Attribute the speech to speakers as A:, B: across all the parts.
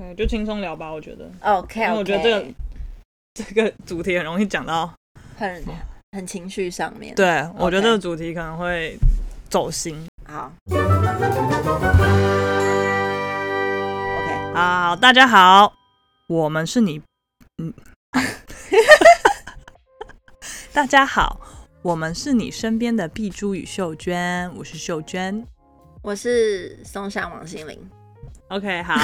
A: OK，就轻松聊吧，我觉得，
B: OK，,
A: 因
B: o
A: 为我觉得这个 这个主题很容易讲到，
B: 很很情绪上面。，
A: 嗯对我觉得这个主题可能会走心
B: 好。OK，
A: 啊。好大家好，我们是你，嗯， 大家好，我们是你身边的碧珠与秀娟，我是秀娟。
B: 我是松下王心凌。
A: OK，好，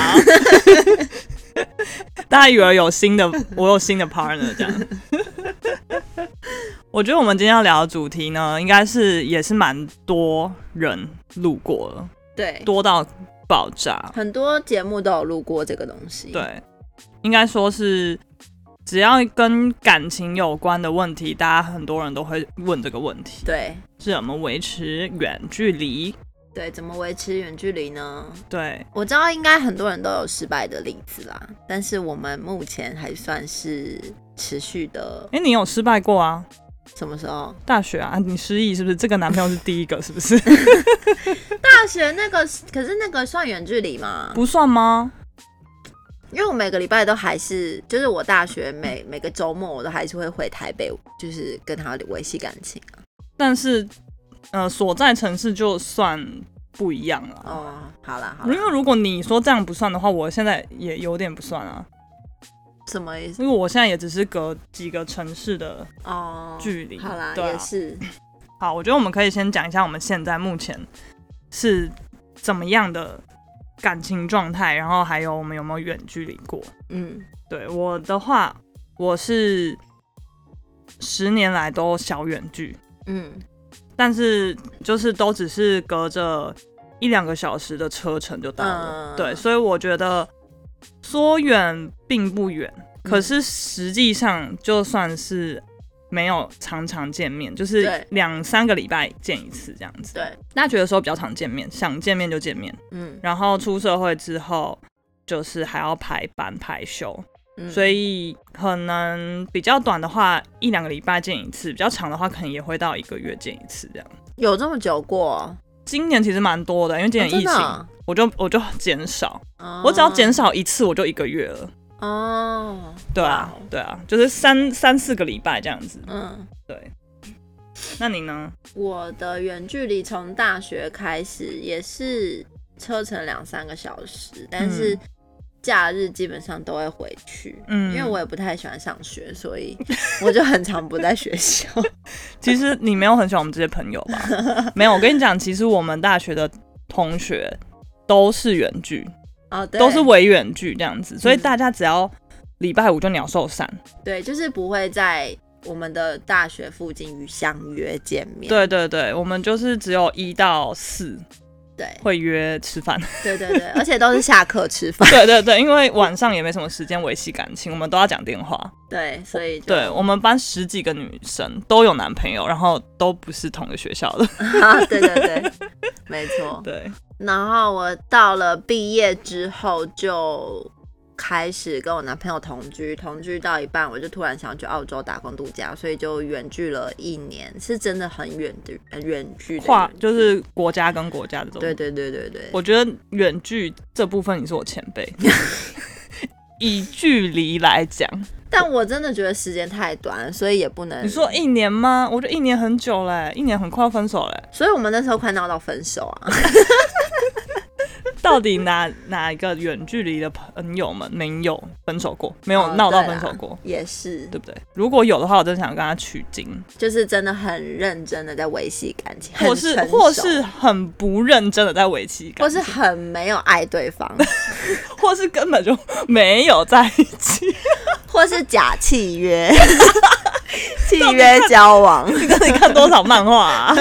A: 大家以为有新的，我有新的 partner 这样。 我觉得我们今天要聊的主题呢，应该是也是蛮多人路过了，
B: 对，
A: 多到爆炸。
B: 很多节目都有录过这个东西。，
A: 对，应该说是只要跟感情有关的问题，大家很多人都会问这个问题：
B: 对，
A: 是怎么维持远距离？
B: 对，怎么维持远距离呢？
A: 对，
B: 我知道应该很多人都有失败的例子啦，但是我们目前还算是持续的。
A: 哎、你有失败过啊？
B: 什么时候？
A: 大学啊，你失忆是不是？这个男朋友是第一个是不是？
B: 大学那个，可是那个算远距离 吗？
A: 不算吗？
B: 因为我每个礼拜都还是，就是我大学每每个周末我都还是会回台北，就是跟他维系感情啊。
A: 但是，呃，所在城市就算不一样了。
B: 哦，好啦好
A: 因
B: 啦，
A: 为如果你说这样不算的话，我现在也有点不算啊，
B: 什么意思？
A: 因为我现在也只是隔几个城市的
B: 哦，
A: 距离。
B: 好啦，
A: 对啊
B: 也是
A: 好，我觉得我们可以先讲一下我们现在目前是怎么样的感情状态，然后还有我们有没有远距离过。
B: 嗯，
A: 对我的话，我是十年来都小远距，
B: 嗯
A: 但是就是都只是隔着一两个小时的车程就到了。
B: 嗯
A: 对，所以我觉得说远并不远，可是实际上就算是。没有常常见面，就是
B: 对
A: 两三个礼拜见一次这样子。
B: 对，
A: 大学的时候比较常见面，想见面就见面。
B: 嗯
A: 然后出社会之后，就是还要排班排休，
B: 嗯，
A: 所以可能比较短的话一两个礼拜见一次，比较长的话可能也会到一个月见一次这样。
B: 有这么久过？哦
A: 今年其实蛮多的，因为今年疫
B: 哦真
A: 情，
B: 的啊
A: 我就我就减少，
B: 哦
A: 我只要减少一次我就一个月了。
B: 哦，
A: 对啊
B: 哇哦，
A: 对啊，就是三三四个礼拜这样子。
B: 嗯，
A: 对，那你呢？
B: 我的远距离从大学开始也是车程两三个小时，但是
A: 嗯
B: 假日基本上都会回去。
A: 嗯，
B: 因为我也不太喜欢上学，所以我就很常不在学校。
A: 其实你没有很喜欢我们这些朋友 吧？没有，我跟你讲，其实我们大学的同学都是远距，
B: 哦，对，嗯
A: 都是伪远距这样子，所以大家只要礼拜五就鸟兽散。
B: 对，就是不会在我们的大学附近与相约见面。
A: 对对对，我们就是只有一到四
B: 对
A: 会约吃饭。
B: 对对对，而且都是下课吃饭。
A: 对对对，因为晚上也没什么时间维系感情，我们都要讲电话。
B: 对，所以就
A: 对我们班十几个女生都有男朋友，然后都不是同一个学校 的。
B: 啊， 对对对，没错。
A: 对，
B: 然后我到了毕业之后就开始跟我男朋友同居，同居到一半我就突然想要去澳洲打工度假，所以就远距了一年，是真的很远的很远距的
A: 跨
B: 远距
A: 就是国家跟国家的这种
B: 对对对对对，
A: 我觉得远距这部分你是我前 辈，以距离来讲，
B: 但我真的觉得时间太短，所以也不能
A: 你说一年吗？我觉得一年很久嘞、一年很快要分手嘞、
B: 所以我们那时候快闹到分手啊。
A: 到底 哪哪一个远距离的朋友们没有分手过，没有
B: 哦
A: 闹到
B: 对
A: 分
B: 啦
A: 手过，
B: 也是
A: 对，不对？如果有的话，我真的想跟他取经，
B: 就是真的很认真的在维系感情，
A: 或
B: 很
A: 是
B: 成熟
A: 或是很不认真的在维系感
B: 或是很没有爱对方，
A: 或是根本就没有在一起。
B: 或是假契 约，契约交往。
A: 你到底看多少漫画、啊？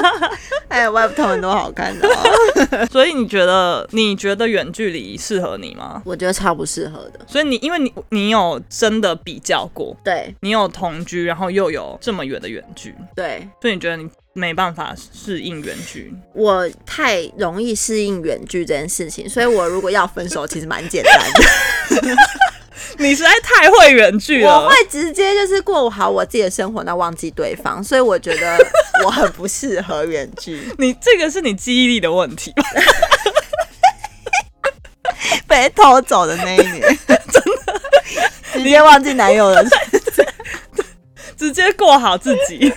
B: 哎，Web 他们都好看的、哦，
A: 所以你觉得你觉得远距离适合你吗？
B: 我觉得超不适合的。
A: 所以你因为你你有真的比较过，
B: 对
A: 你有同居，然后又有这么远的远距，
B: 对，
A: 所以你觉得你没办法适应远距？
B: 我太容易适应远距这件事情，所以我如果要分手，其实蛮简单的。
A: 你实在太会远距
B: 我
A: 了
B: 会。直接就是过好我自己的生活，那忘记对方，所以我觉得我很不适合远距。
A: 你这个是你记忆力的问题吧？
C: 被
B: 被
C: 偷走的那一 年，真的直接忘记男友了。
A: 直接过好自己。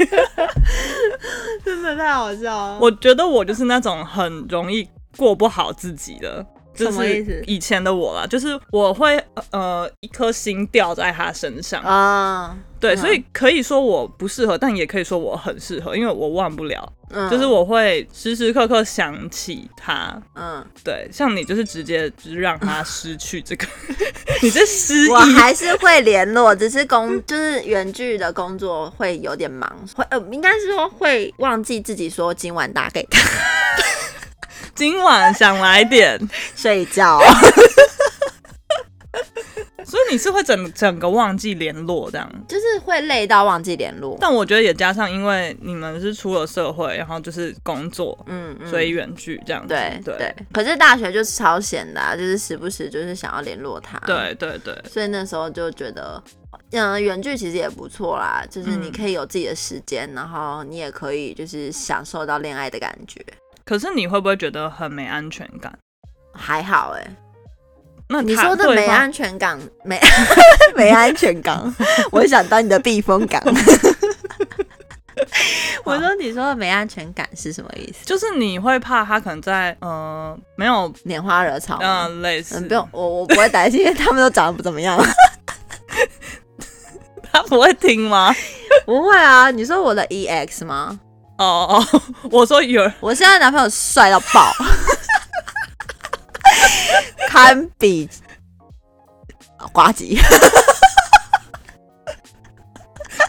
B: 真的太好笑了。
A: 我觉得我就是那种很容易过不好自己的，就
B: 什么意
A: 是
B: 思
A: 以前的我啦，就是我会呃一颗心掉在他身上，
B: 啊，
A: 对，
B: 嗯
A: 所以可以说我不适合，但也可以说我很适合，因为我忘不了，
B: 嗯
A: 就是我会时时刻刻想起他。
B: 嗯，
A: 对，像你就是直接就是让他失去这个， 你这失忆
B: 我还是会联络，只是工就是远距的工作会有点忙，会呃，应该是说会忘记自己说今晚打给他
A: 今晚想来点，
C: 睡觉，
A: 所以你是会整整个忘记联络这样。
B: 就是会累到忘记联络。
A: 但我觉得也加上，因为你们是出了社会，然后就是工作，
B: 嗯，嗯
A: 所以远距这样子。
B: 对
A: 对
B: 对，可是大学就是超闲的、啊，就是时不时就是想要联络他。，
A: 对对对
B: 所以那时候就觉得，嗯，远距其实也不错啦，就是你
A: 嗯
B: 可以有自己的时间，然后你也可以就是享受到恋爱的感觉，
A: 可是你会不会觉得很没安全感？
B: 还好哎、
A: 那
B: 你
A: 他
B: 说的
A: 对
B: 没
A: 方
B: 安全感， 没
C: 没安全 感。我想当你的避风港。
B: 我说你说的没安全感是什么意思？
A: 就是你会怕他可能在呃没有
B: 拈花惹草
A: 嗯、
B: 吗？
A: 类似，
B: 哦嗯，不用，我我
C: 我不会担心，因为他们都长得不怎么样。
A: 他不会听吗？
B: 不会啊。你说我的 EX 吗？
A: 哦哦，我说有
B: 我现在男朋友帅到爆，
C: 堪比瓜吉，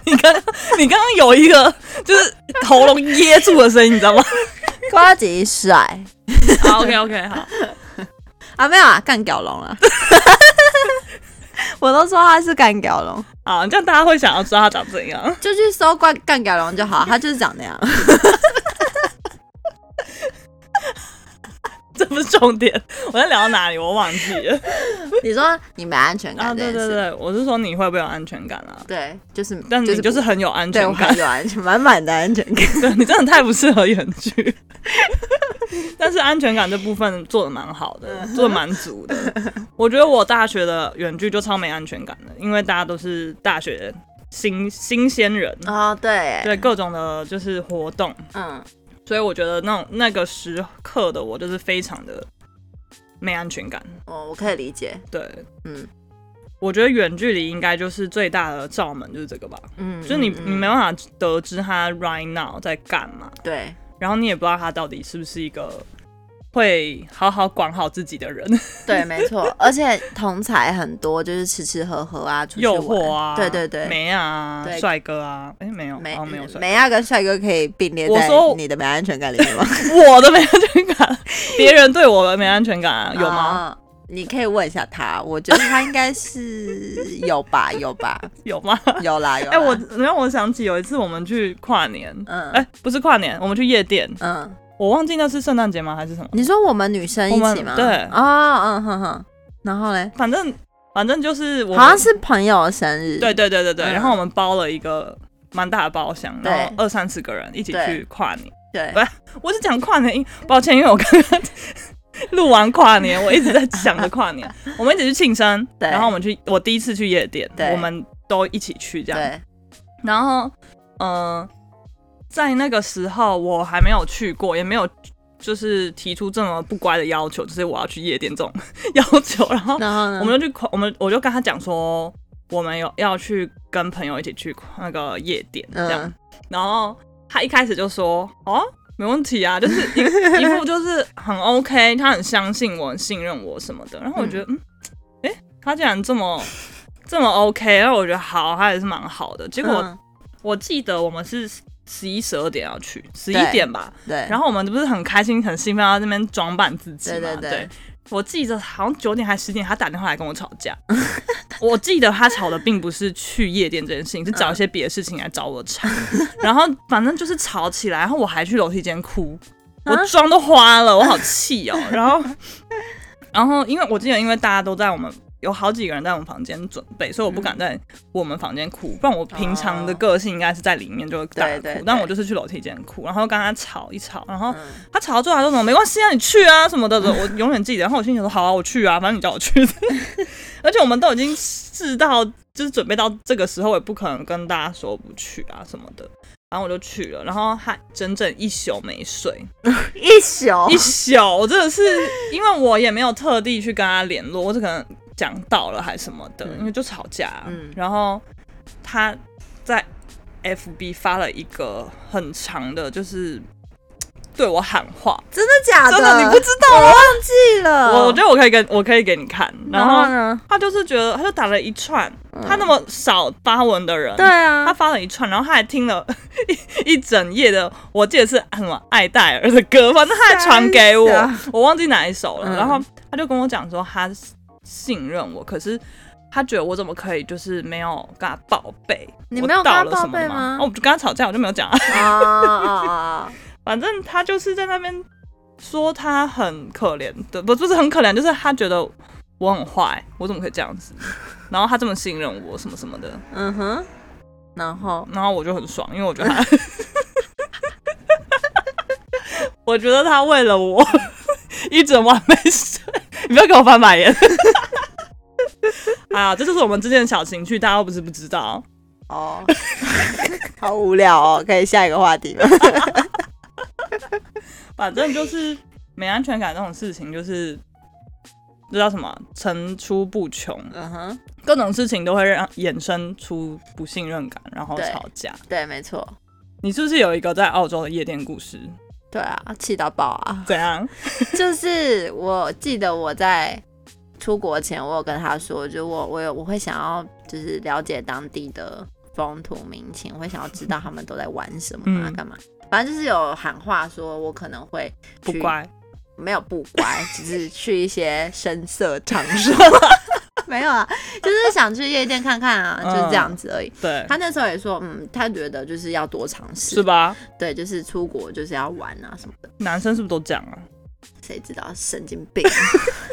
A: 你刚你刚刚有一个就是喉咙噎住的声音，你知道 吗？
B: 瓜吉帅
A: 好，OK
B: 哦
A: OK，好，
C: 啊，没有啊，干屌龙 啊！我都说他是干屌龙，
A: 好，这样大家会想要知道他长怎样。
B: 就去搜怪干改龙就好，他就是长那 样。
A: 这不是重点，我在聊到哪里我忘记了。
B: 你说你没安全
A: 啊，
B: 感
A: 对
B: 这件
A: 对
B: 事，
A: 对，我是说你会不会有安全感啊？
B: 对，就是
A: 但你
B: 是
A: 就是
B: 不
A: 很有安
B: 对我
A: 全感
B: 很，有安全
C: 满满的安全感。
A: 对你真的太不适合远距。 但是安全感这部分做的蛮好的，
B: 嗯
A: 做的蛮足的。我觉得我大学的远距就超没安全感的，因为大家都是大学新新鲜人，
B: 感。哦，对，
A: 对各种的就是活动，
B: 嗯，
A: 所以我觉得那种那个时刻的我就是非常的没安全感。
B: 我我可以理解，
A: 对，
B: 嗯
A: 我觉得远距离应该就是最大的罩门就是这个吧，
B: 嗯，
A: 就是你
B: 嗯
A: 你没办法得知他 right now 在干嘛，
B: 对，
A: 然后你也不知道他到底是不是一个会好好管好自己的人，
B: 对，没错，而且同才很多，就是吃吃喝喝啊，出去
A: 诱
B: 玩
A: 惑啊，
B: 对对对，
A: 美啊，
B: 对
A: 帅哥啊，哎、没有，
B: 没
A: 哦、没有帅哥，
C: 美亚跟帅哥可以并列
A: 我
C: 在
A: 说
C: 你的没安全感里面吗？
A: 我的没安全感，别人对我的没安全感、啊、 有吗？
C: 啊？你可以问一下他，我觉得他应该是有吧，有吧，
A: 有吗？
C: 有啦有啦。
A: 哎、我让我想起有一次我们去跨年，
B: 嗯
A: 哎、不是跨年，我们去夜店，
B: 嗯，
A: 我忘记那是圣诞节吗还是什么，
B: 你说我们女生一
A: 我
B: 起
A: 们
B: 吗？
A: 对
B: 哦，嗯哼哼，然后嘞，
A: 反正反正就是我
B: 好
A: 们
B: 像是朋友的生日，
A: 对对对对对，
B: 嗯
A: 然后我们包了一个蛮大的包厢，
B: 对
A: 然后二三十个人一起
B: 对
A: 去跨年。
B: 对
A: 不我是讲跨年，因抱歉，因为我刚刚录完跨年，我一直在想着跨 年。我们一起去庆生，
B: 对
A: 然后我们去，我第一次去夜店，
B: 对
A: 我们都一起去这样。
B: 对，
A: 然后，嗯、在那个时候我还没有去过，也没有就是提出这么不乖的要求，就是我要去夜店这种 要求。然后
B: 然后呢，
A: 我们就去跨，我们我就跟他讲说，我们有要去跟朋友一起去那个夜店这样，
B: 嗯
A: 然后他一开始就说，哦，没问题啊，就是一 一副就是很 OK，他很相信我，很信任我什么的，然后我觉得，嗯，哎、他竟然这么。这么 OK，然后我觉得好，他也是蛮好的。结果我,、
B: 嗯
A: 我记得我们是十一、十二点要去，十一
B: 对
A: 点吧，
B: 对，
A: 然后我们不是很开心、很兴奋，要在那边装扮自己嘛？
B: 对对对
A: 我记得好像九点还十点，他打电话来跟我吵 架。我记得他吵的并不是去夜店这件事情，是
B: 嗯
A: 找一些别的事情来找我 吵。然后反正就是吵起来，然后我还去楼梯间哭，
B: 啊
A: 我妆 都花了，我好气哦。然后，然后因为我记得，因为大家都在我们有好几个人在我们房间准备，所以我不
B: 嗯
A: 敢在我们房间哭，不然我平常的个性应该是在里面就会大哭，
B: 哦对对对
A: 但我就是去楼梯间哭，然后跟他吵一吵，然后
B: 嗯
A: 他吵到最后还说什么没关系啊，你去啊什么的，我 永远记得。然后我心里想说好啊，我去啊，反正你叫我去 的。而且我们都已经试到就是准备到这个时候，我也不可能跟大家说不去啊什么的。然后我就去了，然后还整整一宿没睡，
B: 一宿
A: 一宿，我真的是因为我也没有特地去跟他联络，我只可能讲到了还什么的，
B: 嗯
A: 因为就吵架。啊
B: 嗯
A: 然后他在 FB 发了一个很长的，就是对我喊话，
B: 真的假
A: 真的你不知道吗？
B: 我忘记了。
A: 我我觉得我可以跟我可以给你看，然
B: 然
A: 后
B: 后呢？
A: 他就是觉得他就打了一串，他那么少发文的人，
B: 嗯对啊，
A: 他发了一串，然后他还听了 一一整夜的，我记得是什么艾戴尔的歌，反正他还传给我
B: 三，
A: 我忘记哪一首了。
B: 嗯
A: 然后他就跟我讲说，他信任我，可是他觉得我怎么可以就是没有跟他报备？
B: 你
A: 我
B: 没有跟
A: 到
B: 他
A: 了什么
B: 报备吗
A: 吗？哦，我就跟他吵架，我就没有讲啊。
B: 啊啊啊！
A: 反正他就是在那边说他很可怜的，不不是很可怜，就是他觉得我很坏，我怎么可以这样子？然后他这么信任我，什么什么的。
B: 嗯哼，然后
A: 然后我就很爽，因为我觉得他， 我觉得他为了我一整晚没睡，你不要给我翻白眼。 啊，这就是我们之间的小情趣，大家又不是不知道。
C: 哦，好无聊哦，可以下一个话题吗？
A: 反正就是没安全感这种事情，就是这叫什么层出不穷，
C: 嗯哼，
A: 各种事情都会让衍生出不信任感，然后
B: 对
A: 吵架。
B: 对，没错，
A: 你是不是有一个在澳洲的夜店故事？
C: 对啊，气到爆 啊！
A: 怎样？
B: 就是我记得我在出国前，我有跟他说，就我我有我会想要就是了解当地的风土民情，我会想要知道他们都在玩什么啊
A: 嗯
B: 干嘛。反正就是有喊话说，我可能会
A: 不
B: 去，
A: 乖，
B: 没有不乖，只是去一些
C: 深色场所，
B: 没有啊，就是想去夜店看看啊，就是这样子而已。
A: 对，
B: 他那时候也说，嗯，他觉得就是要多尝试，
A: 是？吧？
B: 对，就是出国就是要玩啊什么的，
A: 男生是不是都这样啊？
B: 谁知道神经病？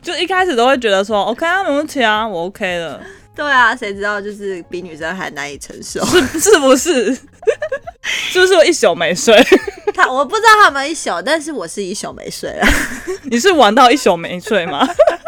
A: 就一开始都会觉得说 OK 啊，没问题啊，我 OK 的，
B: 对啊，谁知道就是比女生还难以承受。
A: 是是不是？是不是我一宿没睡？
B: 他我不知道他有没有一宿，但是我是一宿没睡了，
A: 你是玩到一宿没睡吗？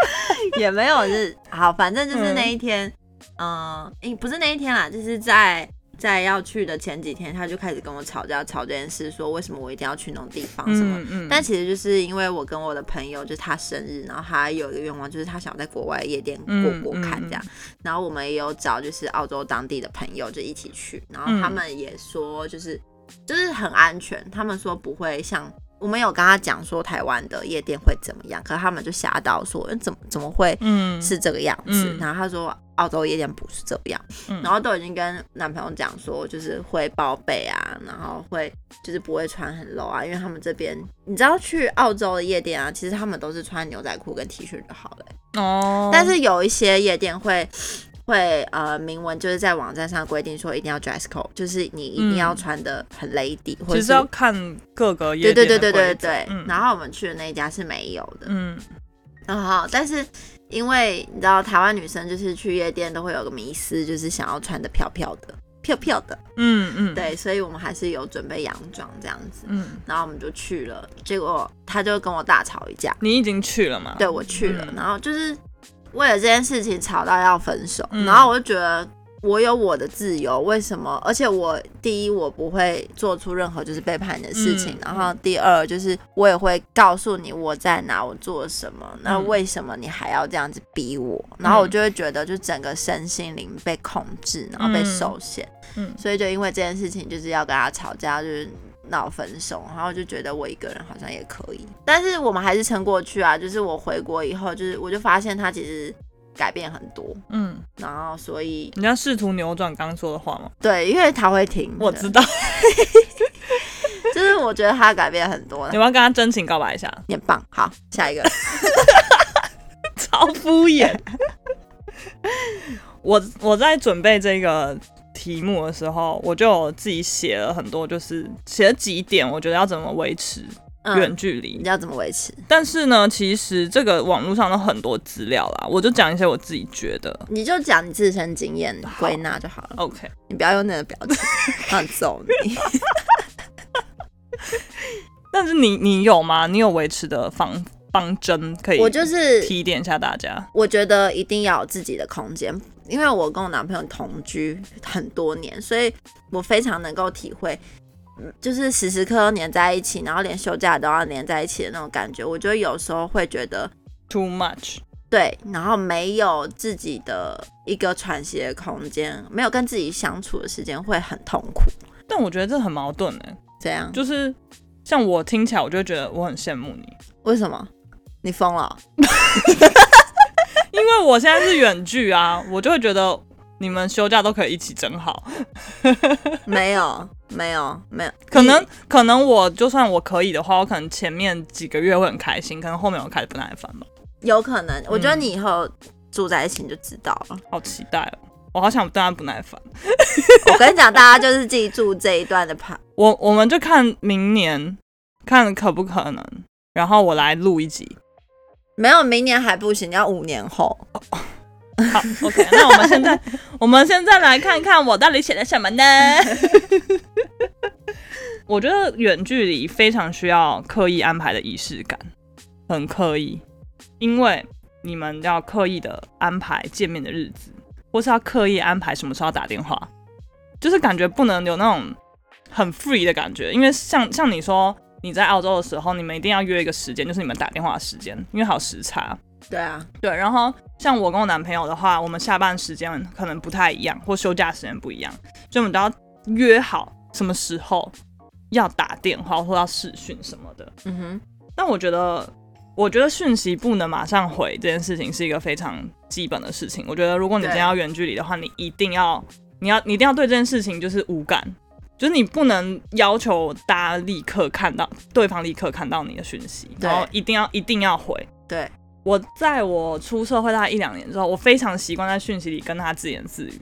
B: 也没有是好，反正就是那一天，嗯，诶不是那一天啦，就是在在要去的前几天，他就开始跟我吵架，吵这件事，说为什么我一定要去那种地方什么。
A: 嗯嗯，
B: 但其实就是因为我跟我的朋友，就是他生日，然后他有一个愿望，就是他想在国外夜店过
A: 嗯
B: 过看
A: 嗯
B: 这样。然后我们也有找就是澳洲当地的朋友就一起去，然后他
A: 嗯
B: 们也说就是就是很安全，他们说不会像我们有跟他讲说台湾的夜店会怎么样，可是他们就吓到说，嗯，怎么怎么会
A: 嗯
B: 是这个样子？
A: 嗯
B: 然后他说澳洲夜店不是这样，
A: 嗯
B: 然后都已经跟男朋友讲说，就是会报备啊，然后会就是不会穿很露啊，因为他们这边你知道去澳洲的夜店啊，其实他们都是穿牛仔裤跟 T 恤就好了欸、
A: 哦，
B: 但是有一些夜店会。会呃，明文就是在网站上规定说一定要 dress code，就是你一定要
A: 嗯
B: 穿的很 lady，、或者
A: 其
B: 是
A: 实要看各个夜
B: 对对
A: 店的
B: 对对对
A: 规则
B: 对。
A: 嗯
B: 然后我们去的那一家是没有的，
A: 嗯
B: 然后啊但是因为你知道台湾女生就是去夜店都会有个迷思，就是想要穿的飘飘的、飘飘的，
A: 嗯嗯，，
B: 对，所以我们还是有准备洋装这样子，
A: 嗯，
B: 然后我们就去了，结果他就跟我大吵一架，
A: 你已经去了嘛？
B: 对我去了，
A: 嗯
B: 然后就是为了这件事情吵到要分手，
A: 嗯
B: 然后我就觉得。我有我的自由，为什么？而且我第一，我不会做出任何就是背叛你的事情，
A: 嗯
B: 然后第二，就是我也会告诉你我在哪，我做了什么。那
A: 嗯
B: 为什么你还要这样子逼我？然后我就会觉得，就整个身心灵被控制，然后被受限。
A: 嗯
B: 所以就因为这件事情，就是要跟他吵架，就是闹分手，然后就觉得我一个人好像也可以，但是我们还是撑过去啊。就是我回国以后，就是我就发现他其实改变很多，
A: 嗯，
B: 然后所以
A: 你要试图扭转刚刚说的话吗？
B: 对，因为他会停，
A: 我知 道，
B: 对就是我觉得他改变很 多，
A: 你要不要跟他真情告白一下，
B: 你很棒。好，下一 个，
A: 超敷 衍。我我在准备这个题目的时候，我就有自己写了很多，就是写了几点，我觉得要怎么维持
B: 嗯
A: 远距离
B: 你。要怎么维持？
A: 但是呢，其实这个网络上有很多资料啦，我就讲一些我自己觉得。
B: 你就讲你自身经验归纳就好了，
A: OK，
B: 你不要用那个表情， 想揍 你。
A: 但是你你有吗？你有维持的方方针可以？
B: 我就是
A: 提点一下大家。
B: 我觉得一定要有自己的空间，因为我跟我男朋友同居很多年，所以我非常能够体会，嗯就是时时刻刻黏在一起，然后连休假都要黏在一起的那种感觉。我觉得有时候会觉得
A: Too much，
B: 对，然后没有自己的一个喘息的空间，没有跟自己相处的时间，会很痛苦。
A: 但我觉得这很矛盾哎、
B: 这样
A: 就是像我听起来，我就会觉得我很羡慕你，
B: 为什么？你疯了哦？
A: 因为我现在是远距啊，我就会觉得你们休假都可以一起，真好。
B: 没有，没有，没有，
A: 可能可能我就算我可以的话，我可能前面几个月会很开心，可能后面我开始不耐烦吧。
B: 有可能。我觉得你以后住在一起你就知道了。
A: 好期待哦，我好想对他不耐烦。
B: 我跟你讲，大家就是记住这一段的 part。
A: 我我们就看明年看可不可能，然后我来录一集。
B: 没有，明年还不行，要五年后。
A: 好，OK，那我们现在我们现在来看看我到底写了什么呢？我觉得远距离非常需要刻意安排的仪式感，很刻意，因为你们要刻意的安排见面的日子，或是要刻意安排什么时候要打电话，就是感觉不能有那种很 free 的感觉，因为像像你说你在澳洲的时候，你们一定要约一个时间，就是你们打电话的时间，因为还有时差。
B: 对啊，
A: 对，然后像我跟我男朋友的话，我们下班时间可能不太一样，或休假时间不一样，所以我们都要约好什么时候要打电话或要视讯什么的。
B: 嗯哼，
A: 但我觉得，我觉得讯息不能马上回这件事情是一个非常基本的事情。我觉得，如果你
B: 对
A: 真要远距离的话，你一定要，你要，你一定要对这件事情就是无感，就是你不能要求大家立刻看到对方立刻看到你的讯息，
B: 对
A: 然后一定要一定要回。
B: 对，
A: 我在我出社会大概一两年之后，我非常习惯在讯息里跟他自言自语，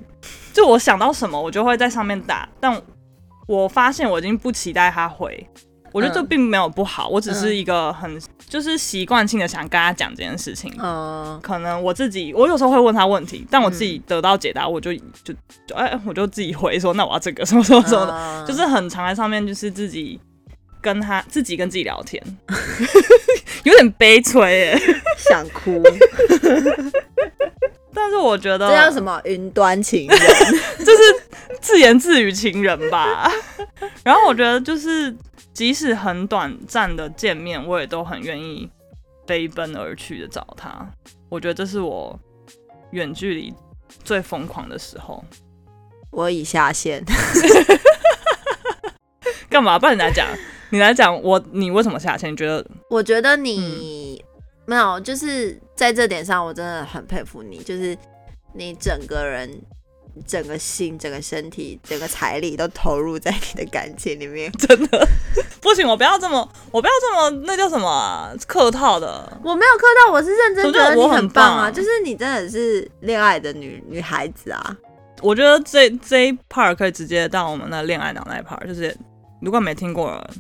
A: 就我想到什么，我就会在上面打，但我发现我已经不期待他回。我觉得这
B: 嗯
A: 并没有不好，我只是一个很、就是习惯性的想跟他讲这件事情。
B: 嗯，
A: 可能我自己，我有时候会问他问题，但我自己得到解答，我就就就哎、我就自己回说，那我要这个什么什么什么的，
B: 的
A: 就是很常在上面就是自己跟他自己跟自己聊 天，有点悲催耶。
B: 想 哭。
A: 但是我觉得
B: 这叫什么？云端情人？
A: 自言自语情人吧。 然后我觉得就是，即使很短暂的见面，我也都很愿意飞奔而去的找他。我觉得这是我远距离最疯狂的时候。
B: 我已下线。
A: 干嘛？不然你来讲， 你来讲我，你为什么下线？你觉得
B: 我觉得你、没有，就是在这点上，我真的很佩服你，就是你整个人、整个心、整个身体、整个财力都投入在你的感情里面。
A: 真的 不行？我不要这么，我不要这么，那叫什么啊、客套的。
B: 我没有磕到，我是认真
A: 我
B: 觉
A: 觉得
B: 得你
A: 我很
B: 很棒
A: 棒
B: 啊，
A: 啊
B: 就是你真的是恋爱的女女孩子啊。
A: 我觉得这这一 part 可以直接到我们的恋爱脑那一 part，就是如果没听过的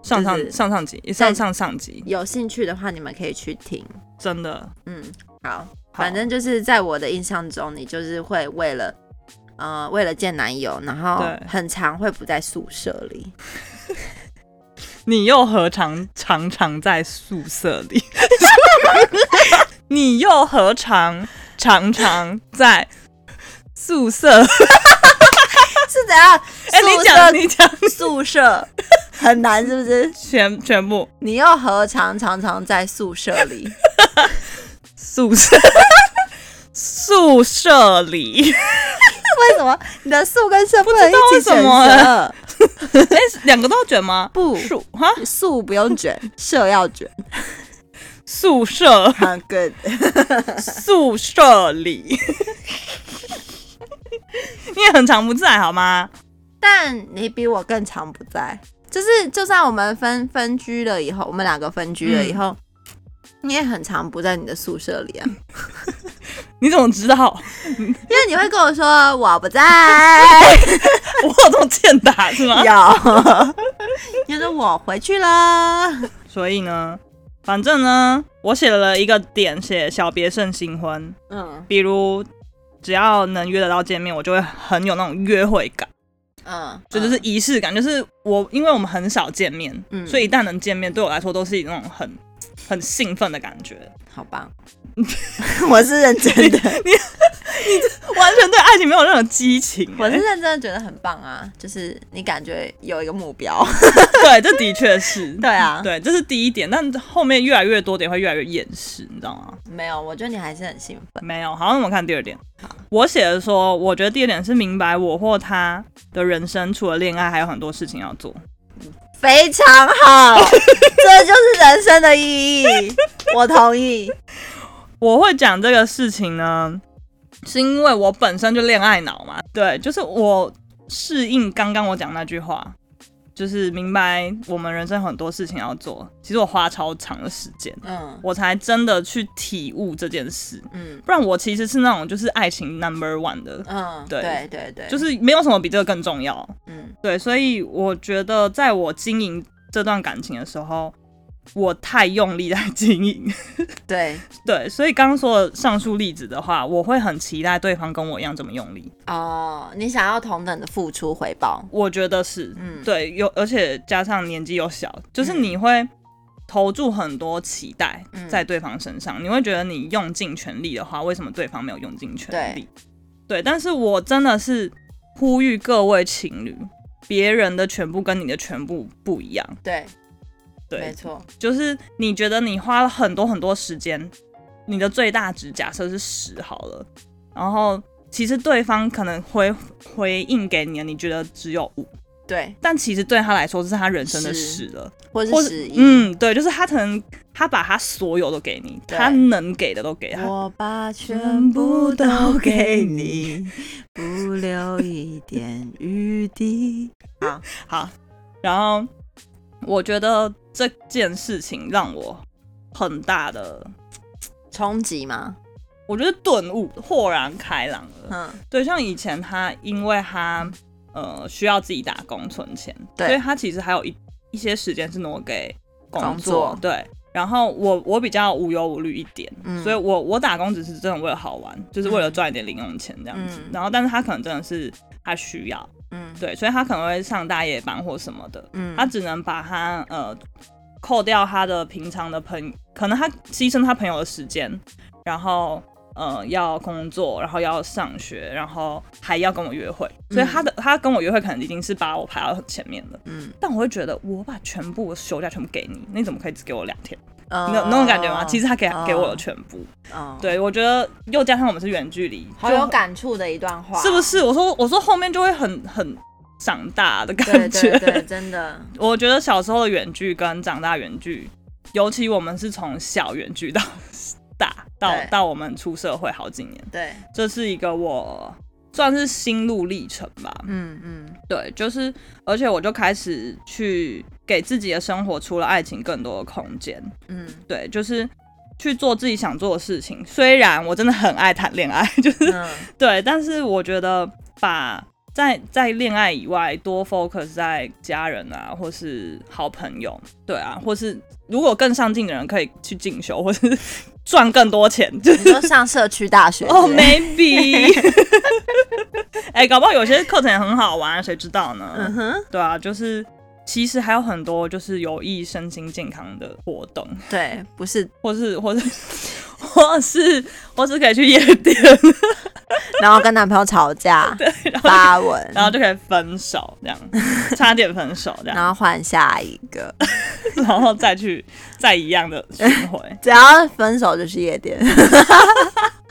A: 上上、
B: 就是
A: 上上集，上上上集，
B: 有兴趣的话，你们可以去听。
A: 真的
B: 嗯，好，
A: 好
B: 反正就是在我的印象中，你就是会为了呃为了见男友，然后
A: 对
B: 很常会不在宿舍里。
A: 你又何尝常常在宿舍里？ 你又何尝常常在宿舍？
B: 是怎样？
A: 哎、你讲，你讲，
B: 宿舍宿 舍很难是不是？
A: 全全部
B: 你又何尝常常在宿舍里？
A: 宿 舍，宿舍里。
B: 为什么 你的宿跟舍不能一
A: 不
B: 起
A: 知道为
B: 选
A: 什么
B: 择？
A: 哎、两个都要卷吗？
B: 不
A: 宿哈，
B: 宿不用卷，舍要卷。
A: 宿舍，
B: 很 good。
A: 宿舍里。 你也很常不在好吗？
B: 但你比我更常不在，就是就算我们分分居了以后，我们两个分居了以后，你也很常不在你的宿舍里啊，
A: 你怎么知道？
B: 因为你会跟我说我不在，
A: 我有这么欠打是吗？
B: 有，你说我回去了，
A: 所以呢，反正呢，我写了一个点，写小别胜新婚，
B: 嗯
A: 比如只要能约得到见面，我就会很有那种约会感，
B: 嗯，
A: 这就是仪式感。就是我，因为我们很少见面，
B: 嗯
A: 所以一旦能见面，对我来说都是一种很很兴奋的感觉，
B: 嗯好棒， 我是认真的，
A: 完全对爱情没有任何激情、
B: 我是
A: 欸
B: 认真的，觉得很棒啊，就是你感觉有一个目标，
A: 对，这的确是
B: 对啊，
A: 对，这是第一点，但后面越来越多点会越来越厌世，你知道吗？
B: 没有，我觉得你还是很兴奋，
A: 没有，好，那我们看第二点。我写的说，我觉得第二点是明白我或他的人生除了恋爱还有很多事情要做。
B: 非常 好，这就是人生的意义，我同意，
A: 我会讲这个事情呢，是因为我本身就恋爱脑嘛，对，就是我适应刚刚我讲那句话，就是明白我们人生很多事情要做。其实我花超长的时间，
B: 嗯
A: 我才真的去体悟这件事，
B: 嗯
A: 不然我其实是那种就是爱情 number one 的，
B: 嗯，
A: 对
B: 对对对，
A: 就是没有什么比这个更重要。
B: 嗯
A: 对，所以我觉得在我经营这段感情的时候，我太用力在经营。
B: 对，
A: 对，所以刚刚说的上述例子的话，我会很期待对方跟我一样这么用力。
B: 哦，你想要同等的付出回报，
A: 我觉得是，
B: 嗯
A: 对，有而且加上年纪又小，就是你会投注很多期待
B: 嗯
A: 在对方身上，你会觉得你用尽全力的话，为什么对方没有用尽全力？对，但是我真的是呼吁各位情侣，别人的全部跟你的全部不一样。
B: 对，没
A: 对，
B: 错，
A: 就是你觉得你花了很多很多时间，你的最大值假设是十好了，然后其实对方可能回回应给你的，你觉得只有五，
B: 对，
A: 但其实对他来说这是他人生的
B: 十
A: 十了，
B: 或是
A: 或
B: 十
A: 是
B: 一，
A: 嗯，对，就是他可能他把他所有都给你，
B: 对
A: 他能给的都给他，
B: 我把全部都给 你，不留一点余地。
A: 好，然后我觉得这件事情让我很大的，
B: 冲击吗？
A: 我觉得顿悟，豁然开朗了。
B: 嗯，
A: 对，像以前他因为他呃需要自己打工存钱，
B: 对
A: 所以他其实还有一一些时间是挪给工作，
B: 工作
A: 对。然后我我比较无忧无虑一点，
B: 嗯
A: 所以我我打工只是真的为了好玩，就是为了赚一点零用钱这样子。
B: 嗯
A: 然后，但是他可能真的是他需要，
B: 嗯，
A: 对，所以他可能会上大夜班或什么的，
B: 嗯
A: 他只能把他呃扣掉他的平常的朋，可能他牺牲他朋友的时间，然后呃要工作，然后要上学，然后还要跟我约会，所以他的、他跟我约会可能已经是把我排到很前面了。
B: 嗯，
A: 但我会觉得，我把全部休假全部给你，你怎么可以只给我两天？
B: 那
A: 那那种感觉吗？其实他给、
B: 哦
A: 给我的全部，
B: 嗯，
A: 对我觉得又加上我们是远距离，
B: 好
A: 就
B: 有感触的一段话，
A: 是不？是？我说我说后面就会很很长大的
B: 对
A: 感觉。
B: 对对，真的，
A: 我觉得小时候的远距跟长大远距，尤其我们是从小远距到大，到
B: 对
A: 到我们出社会好几年，
B: 对，
A: 这是一个我算是心路历程吧。
B: 嗯嗯
A: 对，就是而且我就开始去给自己的生活除了爱情更多的空间。
B: 嗯
A: 对，就是。去做自己想做的事情，虽然我真的很爱谈恋爱，就是
B: 嗯，
A: 对，但是我觉得把在在恋爱以外多 focus 在家人啊，或是好朋友，对啊，或是如果更上进的人可以去进修，或是赚更多钱， 就
B: 你说上社区大学
A: 哦、
B: 之
A: m
B: 类的
A: a y b e 哎、搞不好有些课程也很好玩，谁知道呢？
B: 嗯哼，
A: 对啊，就是其实还有很多就是有益身心健康的活动，
B: 对，不是，
A: 或是或是或是或是可以去夜店，
B: 然后跟男朋友吵 架，
A: 然后
B: 发文，
A: 然后就可以分手，这样差点分手这样，
B: 然后换下一个，，
A: 然后再去再一样的巡回
B: 只要分手就是夜店。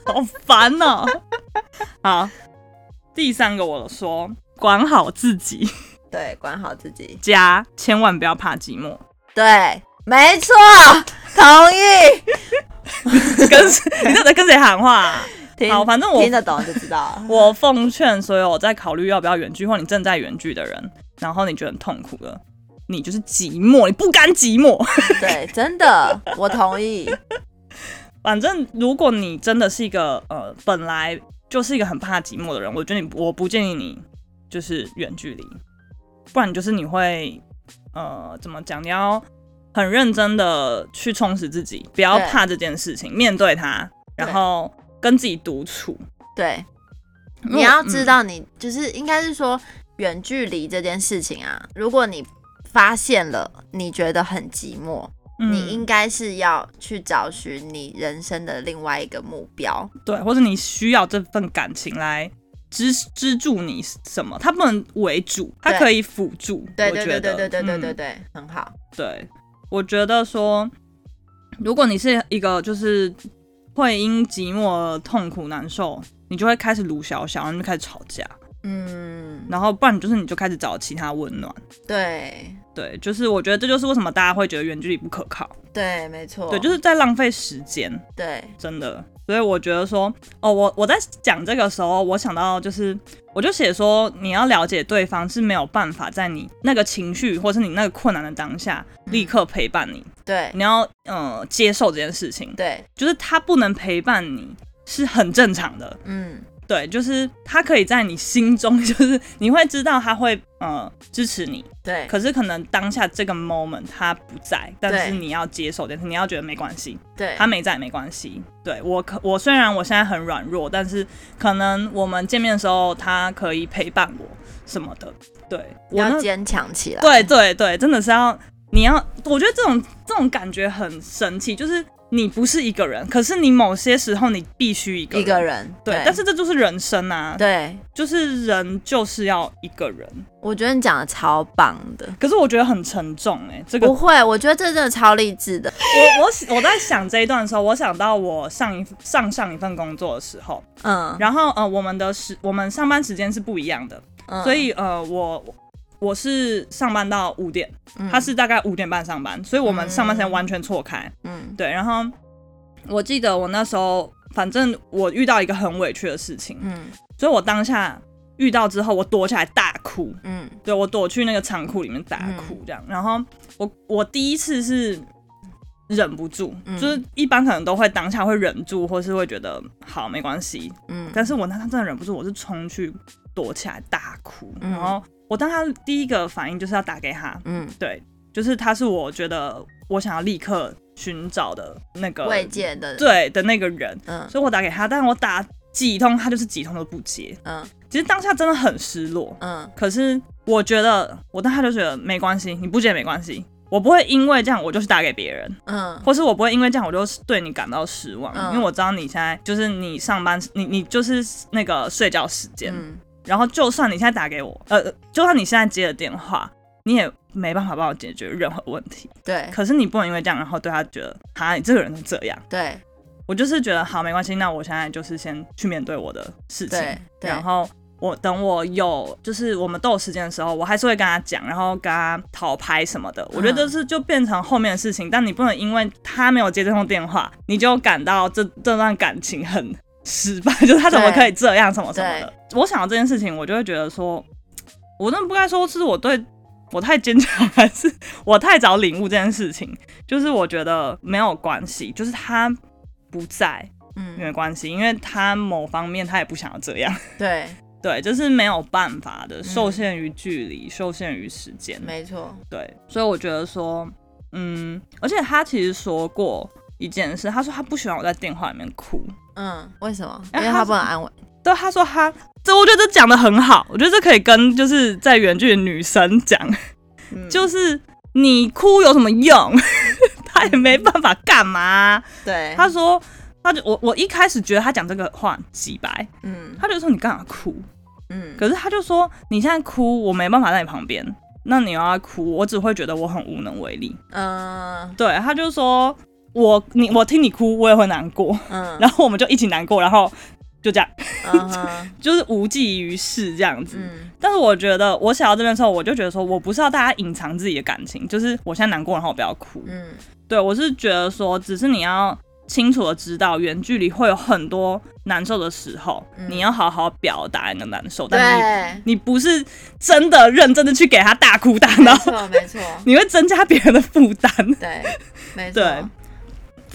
A: 好烦哦、 好，第三个我说，管好自己，
B: 对，管好自己。
A: 家千万不要怕寂寞，
B: 对，没错，同意。
A: 跟谁你到底在跟谁喊话啊、
B: 听
A: 好反正我
B: 听得懂就知道 了。
A: 我奉劝所有在考虑要不要远距或你正在远距的人，然后你觉得很痛苦了，你就是寂寞，你不甘寂寞。
B: 对，真的，我同意。
A: 反正如果你真的是一个呃本来就是一个很怕寂寞的人，我觉得你我不建议你就是远距离，不然你就是你会呃，怎么讲？你要很认真的去充实自己，不要
B: 对
A: 怕这件事情，面对它，然
B: 对
A: 后跟自己独处。
B: 对，
A: 因为
B: 你要
A: 我
B: 知、道你，就是应该是说远距离这件事情啊，如果你发现了你觉得很寂寞，
A: 嗯
B: 你应该是要去找寻你人生的另外一个目标。
A: 对，或者你需要这份感情来支支柱你什么？它不能为主，它
B: 对
A: 可以辅助。
B: 对
A: 我
B: 对
A: 觉
B: 对对
A: 得
B: 对对对对
A: 嗯
B: 对，很好。
A: 对，我觉得说，如果你是一个就是会因寂寞而痛苦难受，你就会开始鲁小小，然后就开始吵架，
B: 嗯，
A: 然后不然就是你就开始找其他温暖。
B: 对
A: 对，就是我觉得这就是为什么大家会觉得远距离不可靠，
B: 对，没错，
A: 对，就是在浪费时间，
B: 对
A: 真的。所以我觉得说，哦，我我在讲这个时候，我想到就是，我就写说，你要了解对方是没有办法在你那个情绪或是你那个困难的当下立刻陪伴你，
B: 对
A: 你要呃接受这件事情，
B: 对，
A: 就是他不能陪伴你是很正常的，
B: 嗯，
A: 对，就是他可以在你心中， 就是你会知道他会呃支持你，
B: 对
A: 可是可能当下这个 moment 他不在，但是
B: 对
A: 你要接受这件事，你要觉得没关系，
B: 对
A: 他没在也没关系。对我可我虽然我现在很软弱，但是可能我们见面的时候他可以陪伴我什么的，对我
B: 要
A: 那
B: 坚强起来。
A: 对对对，真的是要你要，我觉得这种这种感觉很神奇，就是你不是一个人，可是你某些时候你必须一个
B: 一个人，
A: 对，但是这就是人生啊，
B: 对，
A: 就是人就是要一个人。
B: 我觉得你讲的超棒的。
A: 可是我觉得很沉重哎、这个
B: 不
A: 我
B: 会，我觉得这真的超励志的。
A: 我我在想这一段的时候，我想到我上一上上一份工作的时候，
B: 嗯，
A: 然后呃，我们的时我们上班时间是不一样的，
B: 嗯
A: 所以呃，我我是上班到五点，
B: 嗯
A: 他是大概五点半上班，所以我们上班时间完全错开。
B: 嗯
A: 对，然后我记得我那时候，反正我遇到一个很委屈的事情，
B: 嗯
A: 所以我当下遇到之后，我躲起来大哭，
B: 嗯
A: 对我躲去那个仓库里面大哭这样。然后我我第一次是忍不住，
B: 嗯
A: 就是一般可能都会当下会忍住，或是会觉得好没关系，
B: 嗯
A: 但是我那当真的忍不住，我是冲去躲起来大哭，
B: 嗯
A: 然后我当下第一个反应就是要打给他，
B: 嗯，
A: 对，就是他是我觉得我想要立刻寻找的那个
B: 慰藉的，
A: 对的那个人，
B: 嗯
A: 所以我打给他，但我打几通他就是几通都不接。
B: 嗯
A: 其实当下真的很失落，
B: 嗯
A: 可是我觉得我当下就觉得没关系，你不接没关系，我不会因为这样我就去打给别人，
B: 嗯，
A: 或是我不会因为这样我就是对你感到失望，
B: 嗯
A: 因为我知道你现在就是你上班，你你就是那个睡觉时间，
B: 嗯
A: 然后就算你现在打给我，呃，就算你现在接了电话，你也没办法帮我解决任何问题。
B: 对
A: 可是你不能因为这样，然后对他觉得，哈，你这个人是这样。
B: 对
A: 我就是觉得好没关系，那我现在就是先去面对我的事情
B: 对，对
A: 然后我等我有就是我们都有时间的时候，我还是会跟他讲，然后跟他讨拍什么的。我觉
B: 嗯
A: 得这是就变成后面的事情，但你不能因为他没有接这通电话，你就感到这这段感情很失败， 就是他怎么可以这样什么什么的。我想到这件事情，我就会觉得说，我真的不该说是我对。我太坚强，还是我太早领悟这件事情？就是我觉得没有关系，就是他不在
B: 嗯
A: 没关系，因为他某方面他也不想要这样，
B: 对，
A: 对，就是没有办法的，受限于距离，受限于时间，
B: 没错，
A: 对，所以我觉得说，嗯，而且他其实说过一件事，他说他不喜欢我在电话里面哭，
B: 嗯，为什么？因
A: 哎
B: 为
A: 他
B: 他
A: 是
B: 不能安慰，
A: 对，他说他这，我觉得这讲的很好，我觉得这可以跟就是在远距的女生讲，
B: 嗯
A: 就是你哭有什么用？ 他也没办法干嘛啊、
B: 对，
A: 他说。他就我我一开始觉得他讲这个话很几白，
B: 嗯
A: 他就说你干嘛哭？
B: 嗯
A: 可是他就说你现在哭，我没办法在你旁边，那你要哭，我只会觉得我很无能为力。
B: 嗯
A: 对，他就说我你我听你哭，我也会难过，
B: 嗯，
A: 然后我们就一起难过，然后就这样，
B: 嗯 哼
A: 就是无济于事这样子。
B: 嗯
A: 但是我觉得我写到这边的时候，我就觉得说我不是要大家隐藏自己的感情，就是我现在难过，然后我不要哭。
B: 嗯
A: 对我是觉得说，只是你要清楚的知道，远距离会有很多难受的时候，
B: 嗯
A: 你要好好表达你的难受，但是你
B: 对，
A: 你不是真的认真的去给他大哭大
B: 没
A: 闹，
B: 错没错，
A: 你会增加别人的负担。
B: 对没错，
A: 对，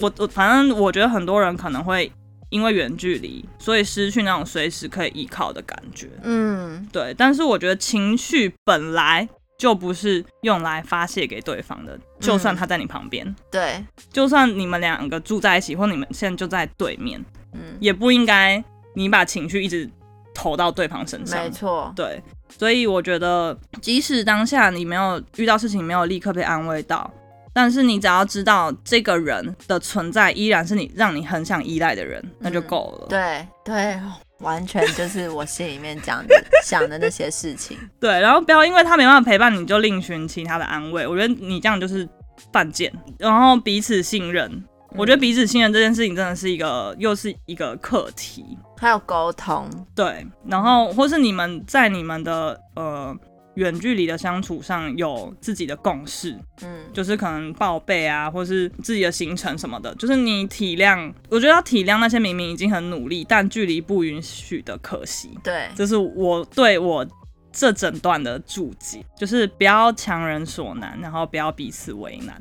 A: 我我反正我觉得很多人可能会因为远距离，所以失去那种随时可以依靠的感觉。
B: 嗯
A: 对，但是我觉得情绪本来就不是用来发泄给对方的。就
B: 嗯
A: 算他在你旁边，
B: 对，
A: 就算你们两个住在一起，或你们现在就在对面，
B: 嗯，
A: 也不应该你把情绪一直投到对方身上
B: 没。错，
A: 对，所以我觉得，即使当下你没有遇到事情，没有立刻被安慰到，但是你只要知道这个人的存在依然是你让你很想依赖的人，那
B: 嗯
A: 就够了。
B: 对对，完全就是我心里面讲的 想的那些事情。
A: 对，然后不要因为他没办法陪伴你，就另寻其他的安慰。我觉得你这样就是犯贱，然后彼此信任。我觉得彼此信任这件事情真的是一个，又是一个课题。
B: 还有沟通，
A: 对，然后或是你们在你们的呃远距离的相处上有自己的共识，
B: 嗯，
A: 就是可能报备啊，或是自己的行程什么的，就是你体谅，我觉得要体谅那些明明已经很努力，但距离不允许的可惜。
B: 对，
A: 这是我对我这整段的注解，就是不要强人所难，然后不要彼此为难。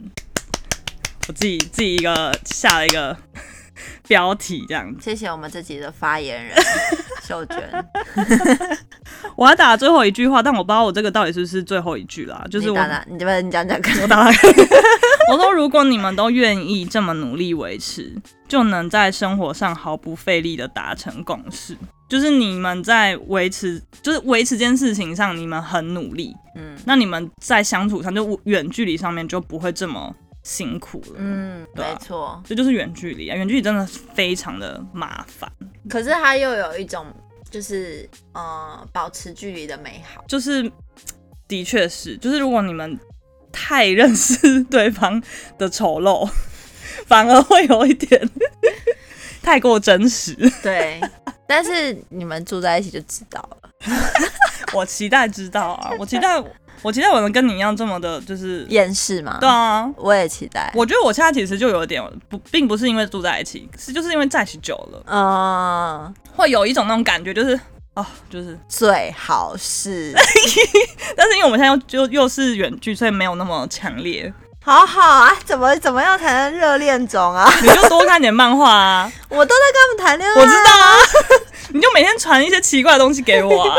A: 我自己自己一个下了一个标题这样子，
B: 谢谢我们这集的发 言人秀娟，
A: 我要打最后一句话，但我不知道我这个到底是不是最后一句啦，就是
B: 你
A: 我
B: 打打，你这边你讲讲看，
A: 我打我说如果你们都愿意这么努力维持，就能在生活上毫不费力的达成共识。就是你们在维持，就是维持这件事情上，你们很努力，
B: 嗯
A: 那你们在相处上，就远距离上面就不会这么辛苦了。嗯，
B: 嗯，
A: 对啊
B: 没错。
A: 这就是远距离啊，远距离真的非常的麻烦。
B: 可是它又有一种就是呃保持距离的美 好，
A: 就是，的确是，就是如果你们太认识对方的丑陋， 反而会有一点 太过真实。
B: 对。但是你们住在一起就知道了，
A: 我期待知道啊，我期待，我期待我能跟你一样这么的，就是
B: 厌世嘛，
A: 对，啊。
B: 我也期待。
A: 我觉得我现在其实就有点不，并不是因为住在一起，是就是因为在一起久了，
B: 嗯，
A: 会有一种那种感觉，就是哦，就是，
B: 最好是
A: 但是因为我们现在又就又是远距，所以没有那么强烈。
B: 好好啊，怎么怎么样才能热恋中啊？
A: 你就多看点漫画 啊，
B: 我都在跟他们谈恋爱，
A: 我知道啊， 你就每天传一些奇怪的东西给我 啊。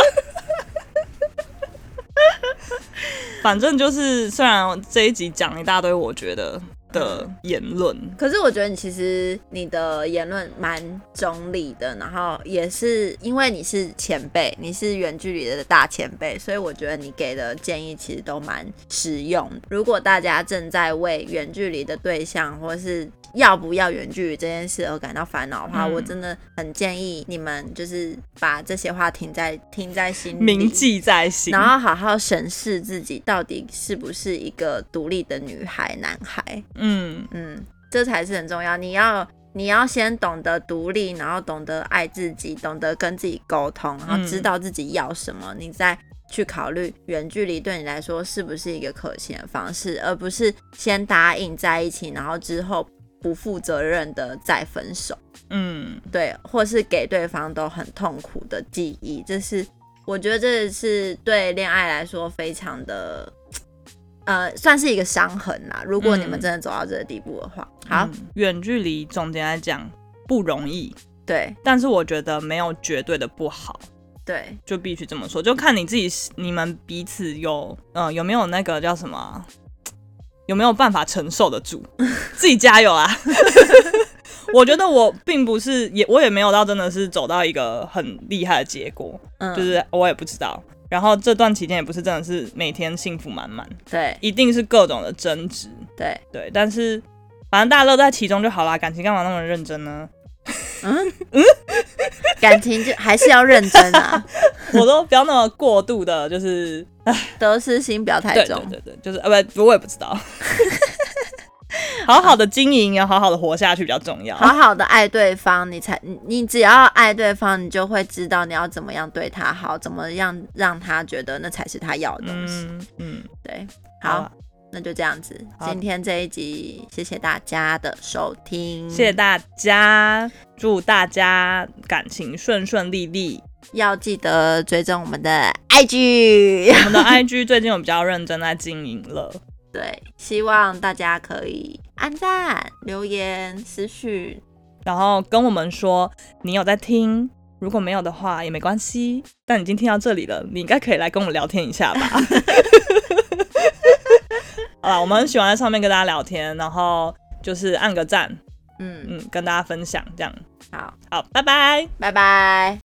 A: 反正就是，虽然我这一集讲了一大堆我觉得的言论，
B: 可是我觉得你其实你的言论蛮中立的，然后也是因为你是前辈，你是远距离的大前辈，所以我觉得你给的建议其实都蛮实用。如果大家正在为远距离的对象或是要不要远距离这件事而感到烦恼的话，
A: 嗯
B: 我真的很建议你们就是把这些话听在听在心里，
A: 铭记在心。
B: 然后好好审视自己到底是不是一个独立的女孩、男孩。
A: 嗯，
B: 嗯，这才是很重要。你要你要先懂得独立，然后懂得爱自己，懂得跟自己沟通，然后知道自己要什么，你再去考虑远距离对你来说是不是一个可行的方式，而不是先答应在一起，然后之后不负责任的再分手，
A: 嗯，
B: 对，或是给对方都很痛苦的记忆。这是我觉得这是对恋爱来说非常的。呃，算是一个伤痕啦。如果你们
A: 嗯
B: 真的走到这个地步的话，好，
A: 嗯，远距离总结来讲不容易，
B: 对
A: 但是我觉得没有绝对的不好。
B: 对，
A: 就必须这么说，就看你自己，你们彼此有呃有没有那个叫什么啊，有没有办法承受得住，自己加油啊！我觉得我并不是也我也没有到真的是走到一个很厉害的结果，
B: 嗯，
A: 就是我也不知道。然后这段期间也不是真的是每天幸福满满，
B: 对
A: 一定是各种的争执，
B: 对，
A: 对。但是反正大家乐在其中就好啦，感情干嘛那么认真呢？
B: 嗯感情就还是要认真 啊，
A: 我都不要那么过度的，就是
B: 得失心不要太
A: 对
B: 重
A: 对。对对，就是呃不，我也不知道。好好的经营，要好好的活下去比较重要。
B: 好好的爱对方，你才你你只要爱对方，你就会知道你要怎么样对他好，怎么样让他觉得那才是他要的东西。
A: 嗯嗯，
B: 对，
A: 好
B: 好，
A: 啊，
B: 那就这样子。
A: 好
B: 今天这一集，谢谢大家的收听，
A: 谢谢大家，祝大家感情顺顺利利。
B: 要记得追踪我们的 IG。
A: 我们的 IG 最近有比较认真在经营了，
B: 对，希望大家可以按赞、留言、私讯，
A: 然后跟我们说你有在听，如果没有的话也没关系。但已经听到这里了，你应该可以来跟我们聊天一下吧。好啦，我们很喜欢在上面跟大家聊天，然后就是按个赞，
B: 嗯，
A: 嗯，跟大家分享这样。
B: 好，
A: 好，拜拜。
B: 拜拜。